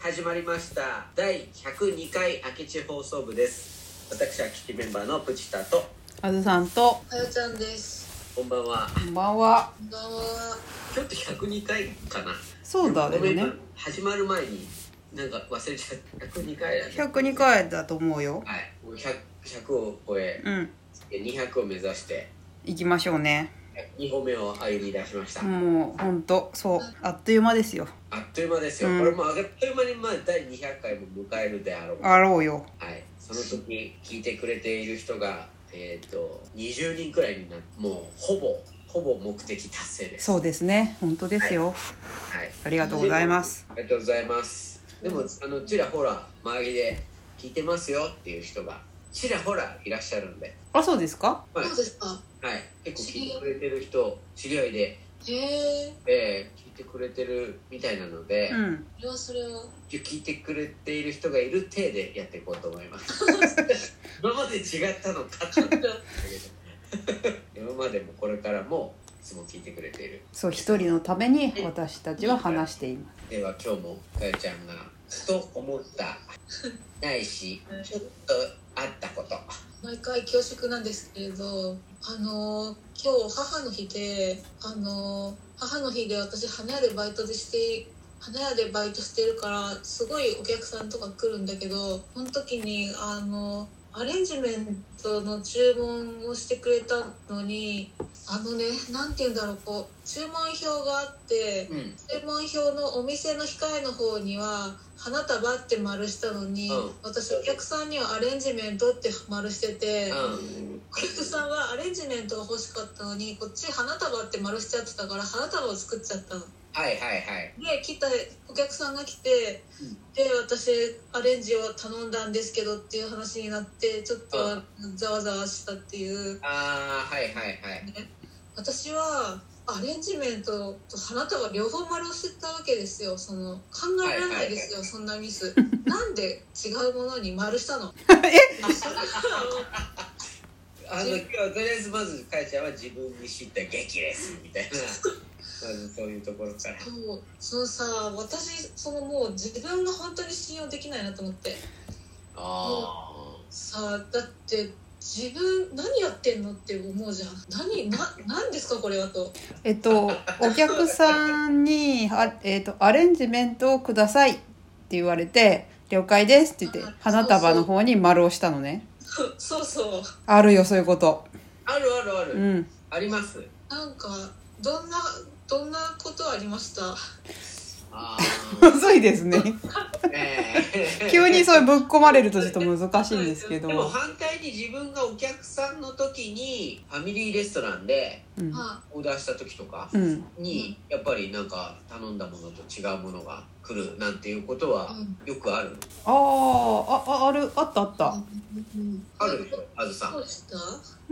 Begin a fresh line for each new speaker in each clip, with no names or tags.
始まりました第102回明智放送部です私明智メンバーのプチタと
あずさんと
かよちゃんです。
こんばんは
こんばんは
こんばんは。
今日って102回かな
そうだ
ごめん
ね
始まる前になんか忘れちゃった102回だね
102回だと思うよ
はいもう 100, 100を超え
うん
200を目指して
行きましょうね
2歩目を歩み出しました、
もうほんとそうあっという間ですよ
あっという間ですよ、
うん
これもうあっという間にまあ第200回も迎えるであろう
あろうよ
はい、その時聞いてくれている人が、えー、と20人くらいになってもうほぼほぼ目的達成です、
そうですね本当ですよ
はい、
ありがとうございます
ありがとうございますでもあのちらほら周りで聞いてますよっていう人がちらほらいらっしゃるんで、
あそうですか
まあ
そうですか。
はい、結構聞いてくれてる人知り合いで、
へえ。
えー聞いてくれてるみたいなので、
うん
それはそれは。
聞いてくれている人がいる体でやっていこうと思います 今まで違ったのかと思ったんだけど今までもこれからもいつも聞いてくれている
そう一人のために私たちは話しています
では今日もかよちゃんがふと思ったないしちょっとあったこと
毎回恐縮なんですけれど、あのー今日母の日で、あのー母の日で私花屋でバイトでして。花屋でバイトしてるからすごいお客さんとか来るんだけどその時にあのアレンジメントの注文をしてくれたのにあのねなんて言うんだろうこう注文表があって
うん、うん、
注文表のお店の控えの方には花束って丸したのに、
うん
私お客さんにはアレンジメントって丸してて、お客さんはアレンジメントが欲しかったのにこっち花束って丸しちゃってたから花束を作っちゃったの。
はいはいはい
で来たお客さんが来て、
うん
で私アレンジを頼んだんですけどっていう話になってちょっとざわざわしたっていう。
あーはいはいはい
私はアレンジメントと花束両方丸をしてたわけですよその考えられないですよ、そんなミス なんで違うものに丸したのえそれは
あの今日はとりあえずまずかよちゃんは自分に知った激ですみたいなまずそういうところから
もうそのさ私そのもう自分が本当に信用できないなと思って
あ
さあだって自分何やってんのって思うじゃん何な何ですかこれはと
えっとお客さんにあ、えっと、アレンジメントをくださいって言われて了解ですって言って花束の方に丸をしたのね
そうそう
あるよそういうこと
ああるあるある、
うん
あります
なんかどんなどんなことありました
あ
むずいですね
あ、ねえ
急にそれぶっ込まれるとちょっと難しいんですけど
で、も反対に自分がお客さんの時にファミリーレストランで
うん
あ
オーダーした時とか
うん、
にやっぱりなんか頼んだものと違うものが来るなんていうことは
うん
よくある
あーあああるあったあった
あるでしょあずさ
そ
ん
うでした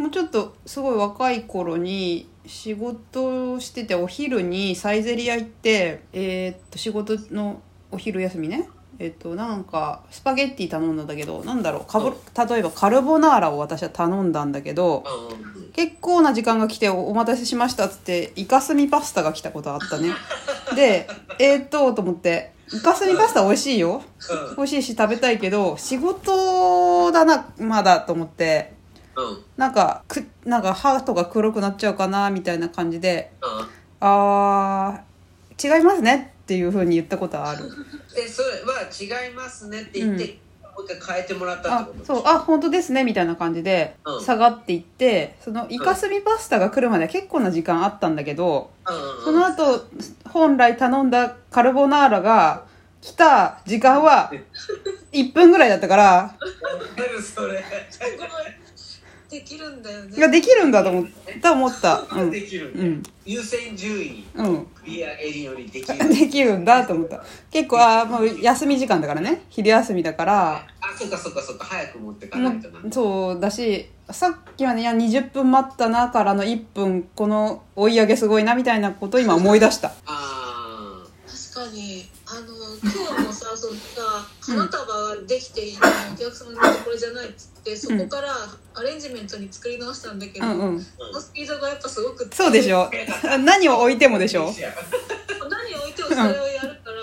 もうちょっとすごい若い頃に仕事をしててお昼にサイゼリア行ってえーっと仕事のお昼休みねえっとなんかスパゲッティ頼んだんだけどなんだろうかぶ例えばカルボナーラを私は頼んだんだけど
うん
結構な時間が来ておお待たせしましたっつってイカスミパスタが来たことあったねでえーっとと思ってイカスミパスタ美味しいよ美味しいし食べたいけど仕事だなまだと思って
うんうんうん
なんかくなんか歯とか黒くなっちゃうかなみたいな感じで「あー違いますね」っていう風に言ったことはある
でそれは違いますねって言ってもう一回変えてもらったっ
あ
てこと
そうあ本当ですねみたいな感じで
うん
下がっていってそのイカスミパスタが来るまでは結構な時間あったんだけど
うん
その後本来頼んだカルボナーラが来た時間は1分ぐらいだったから
うんそ
こ
れ
れできるんだよ
が
ね
できるんだと思った思ったうん
できるんだ
うん
優先順位
うん
クリアエリよりできる
できるんだと思った結構あーもう休み時間だからね昼休みだから
あそっかそっかそっか早く持ってか
も
ないとな
うそうだしさっきはねいや20分待ったなからの1分この追い上げすごいなみたいなことを今思い出した
あ
確かにあの今日もさそのさ花束ができていないお客さんのところじゃないっつってそこからアレンジメントに作り直したんだけ
う
ど、
んうん
ー
このスピードがやっぱすごくて
そうでしょ何を置いてもでしょ
何を置いてもそれをやるか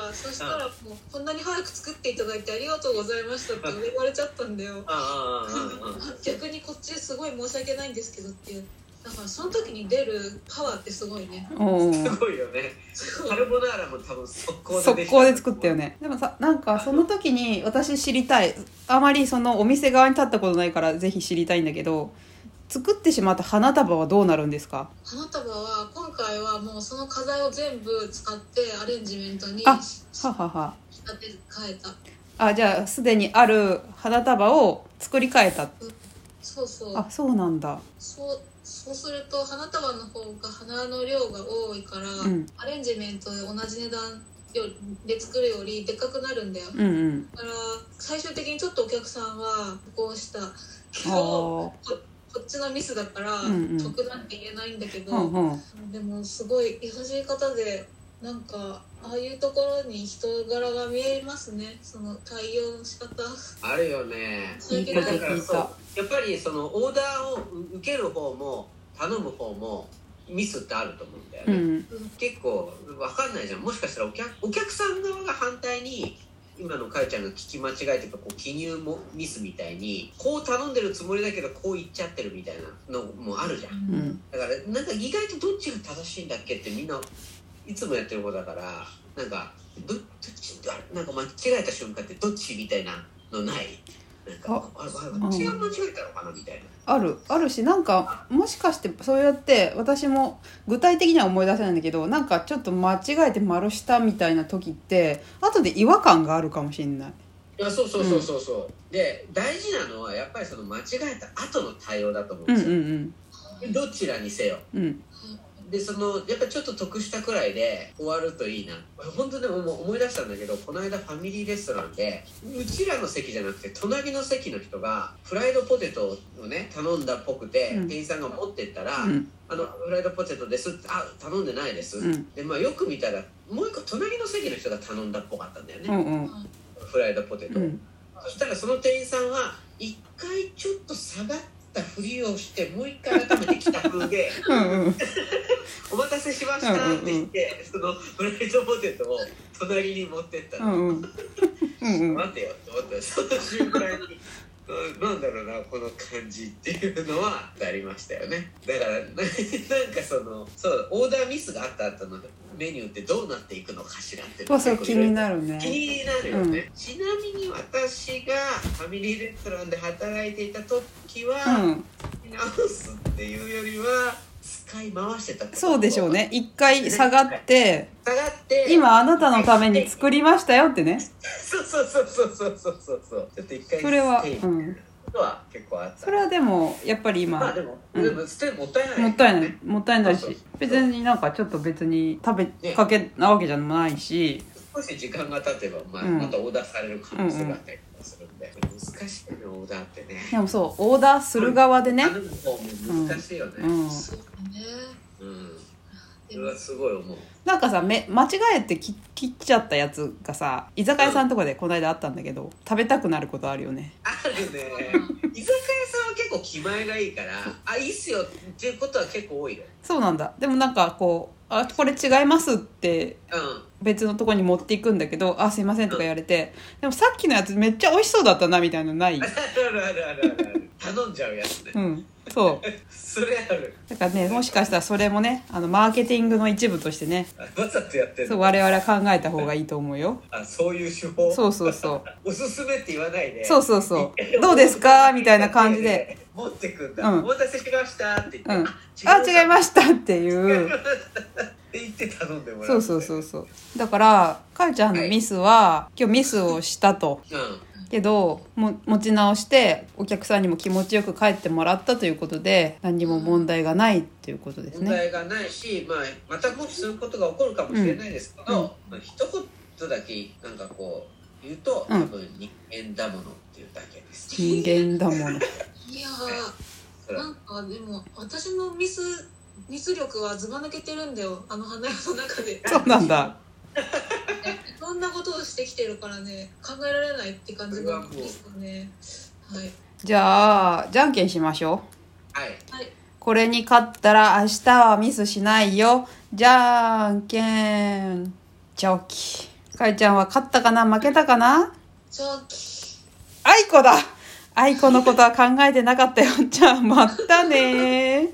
ら、そしたらもうこんなに早くていただいてありがとうございましたって言われちゃったんだよ
ああああああ
逆にこっちすごい申し訳ないんですけどっていうだからその時に出るパワーってすごいね
お
す
ー
ごいよね
すごい
カルボナーラも多分速攻で
速攻で作ったよねでもさなんかその時に私知りたいあまりそのお店側に立ったことないからぜひ知りたいんだけど作ってしまった花束はどうなるんですか
花束は今回はもうその花材を全部使ってアレンジメントに
あ
仕
ははは
立て変えた
あじゃあすでにある花束を作り変えた
そうそう
あそうなんだ
そうそうすると花束の方が花の量が多いから、
ん
アレンジメントで同じ値段よで作るよりでっかくなるんだよ
うんうん
だから最終的にちょっとお客さんはこうしたけ
あ
ど
ー
こっちのミスだから
うんうん
得なんて言えないんだけど、
うんうん
でもすごい優しい方でなんかああいうところに人柄が見えますねその対応の仕方
あるよね
そう
い
い
いうこ
ことと
だから
聞い
そう
た
やっぱりそのオーダーを受ける方も頼む方もミスってあると思うんだよ
う
ね、
ん
結構わかんないじゃんもしかしたらお客お客さん側が反対に今のかよちゃんが聞き間違えてとかこう記入もミスみたいにこう頼んでるつもりだけどこう言っちゃってるみたいなのもあるじゃん
うん
だからなんか意外とどっちが正しいんだっけってみんないつもやってることだからなんかどどっちあなんか間違えた瞬間ってどっちみたいなのないなんかああ
ん
こっちが間違えたのかなみたいな。
あるあるしなんかもしかしてそうやって私も具体的には思い出せないんだけどなんかちょっと間違えて丸したみたいな時って後で違和感があるかもしれない
いやそうそうそうそうそう、で大事なのはやっぱりその間違えた後の対応だと思うん
うん
で
う
すよ、
ん
どちらにせよ
うんうん
でそのやっぱちょっと得したくらいで終わるといいな本当でももう思い出したんだけどこの間ファミリーレストランでうちらの席じゃなくて隣の席の人がフライドポテトをね頼んだっぽくて、
うん
店員さんが持ってったら、
うん
あのフライドポテトですってあ頼んでないです、
うん
でまあよく見たらもう一個隣の席の人が頼んだっぽかったんだよ
う
ね、
んうん
フライドポテト、
うん
そしたらその店員さんは一回ちょっと下がったふりをしてもう一回改めて来た風で。
うんうん
お待たせしましたって言って、そのフライドポテトを隣に持ってった
う
の、
んうんうんうん
待てよって思ったその瞬間に うんなんだろうなこの感じっていうのはありましたよねだからな なんかそのそうオーダーミスがあった後のメニューってどうなっていくのかしらって
そうそう気に
る
なる
気
ね
になるよね、ちなみに私がファミリーレストランで働いていた時
う
は、
ん
直すっていうよりは使い回してたこと
そうでしょうね一回下がって
下がって
今あなたのために作りましたよってね
そうそうそうそうそうそうそうそうちょっと一回
それは
ステイみ
う
たいなんことは結構あった
それはでもやっぱり今
まあでも、
うん
でもステイもったいない
もったいない
ね
もったいない
そう
し
そう
別になんかちょっと別に食べ
ね
かけなわけじゃないし
少し時間が経てば、まあ
うん
またオーダーされる可能性があったりとかするんで、難しいねオーダーってね
でもそうオーダーする側でね
頼む方も難しいよね
うん
そうだね
うん、
で
それ
も
はすごい思う
なんかさめ間違えてき切っちゃったやつがさ居酒屋さんとかでこの間あったんだけど食べたくなることあるよね
あるね居酒屋さんは結構気前がいいからあいいっすよっていうことは結構多いよ
そうなんだでもなんかこう「あこれ違います」って
うん
別のとこに持っていくんだけど「あすいません」とか言われてでもさっきのやつめっちゃ美味しそうだったなみたいなの ない
あるあるあるあるある頼んじゃうやつね
うんそう
それある
だからねもしかしたらそれもねあのマーケティングの一部としてね
あわざとやってる
そう我々は考えた方がいいと思うよ
あそういう手法
そうそうそ
おすすめって言わないで
うそうそうそうどうです かみたいな感じで
持ってくんだ、
うん
お待たせしましたって言
う
っ
ん
て、
あ違い
す
ましたっていう
って言って頼んでもら
そううそうそううそうだからかよちゃんのミスは今日ミスをしたと
うん
けども持ち直してお客さんにも気持ちよく帰ってもらったということで何にも問題がないということです
問
ね
題がないし、まあ、またもしそういうことが起こるかもしれないですけど、まあ、一言だけなんかこう言うと、
うん
多分人間だものっていうだけです
人間だもの
い やーなんかでも私のミスミス力はずば抜けてるんだよあの花屋の中で
そうなんだ
いろんなことをしてきてるからね考えられないって感じがですかねはい
じゃあじゃんけんしましょう
はい
はい
これに勝ったら明日はミスしないよじゃんけんチョキかよちゃんは勝ったかな負けたかな
じゃあ
愛子だ愛子のことは考えてなかったよ。じゃあ、またねー。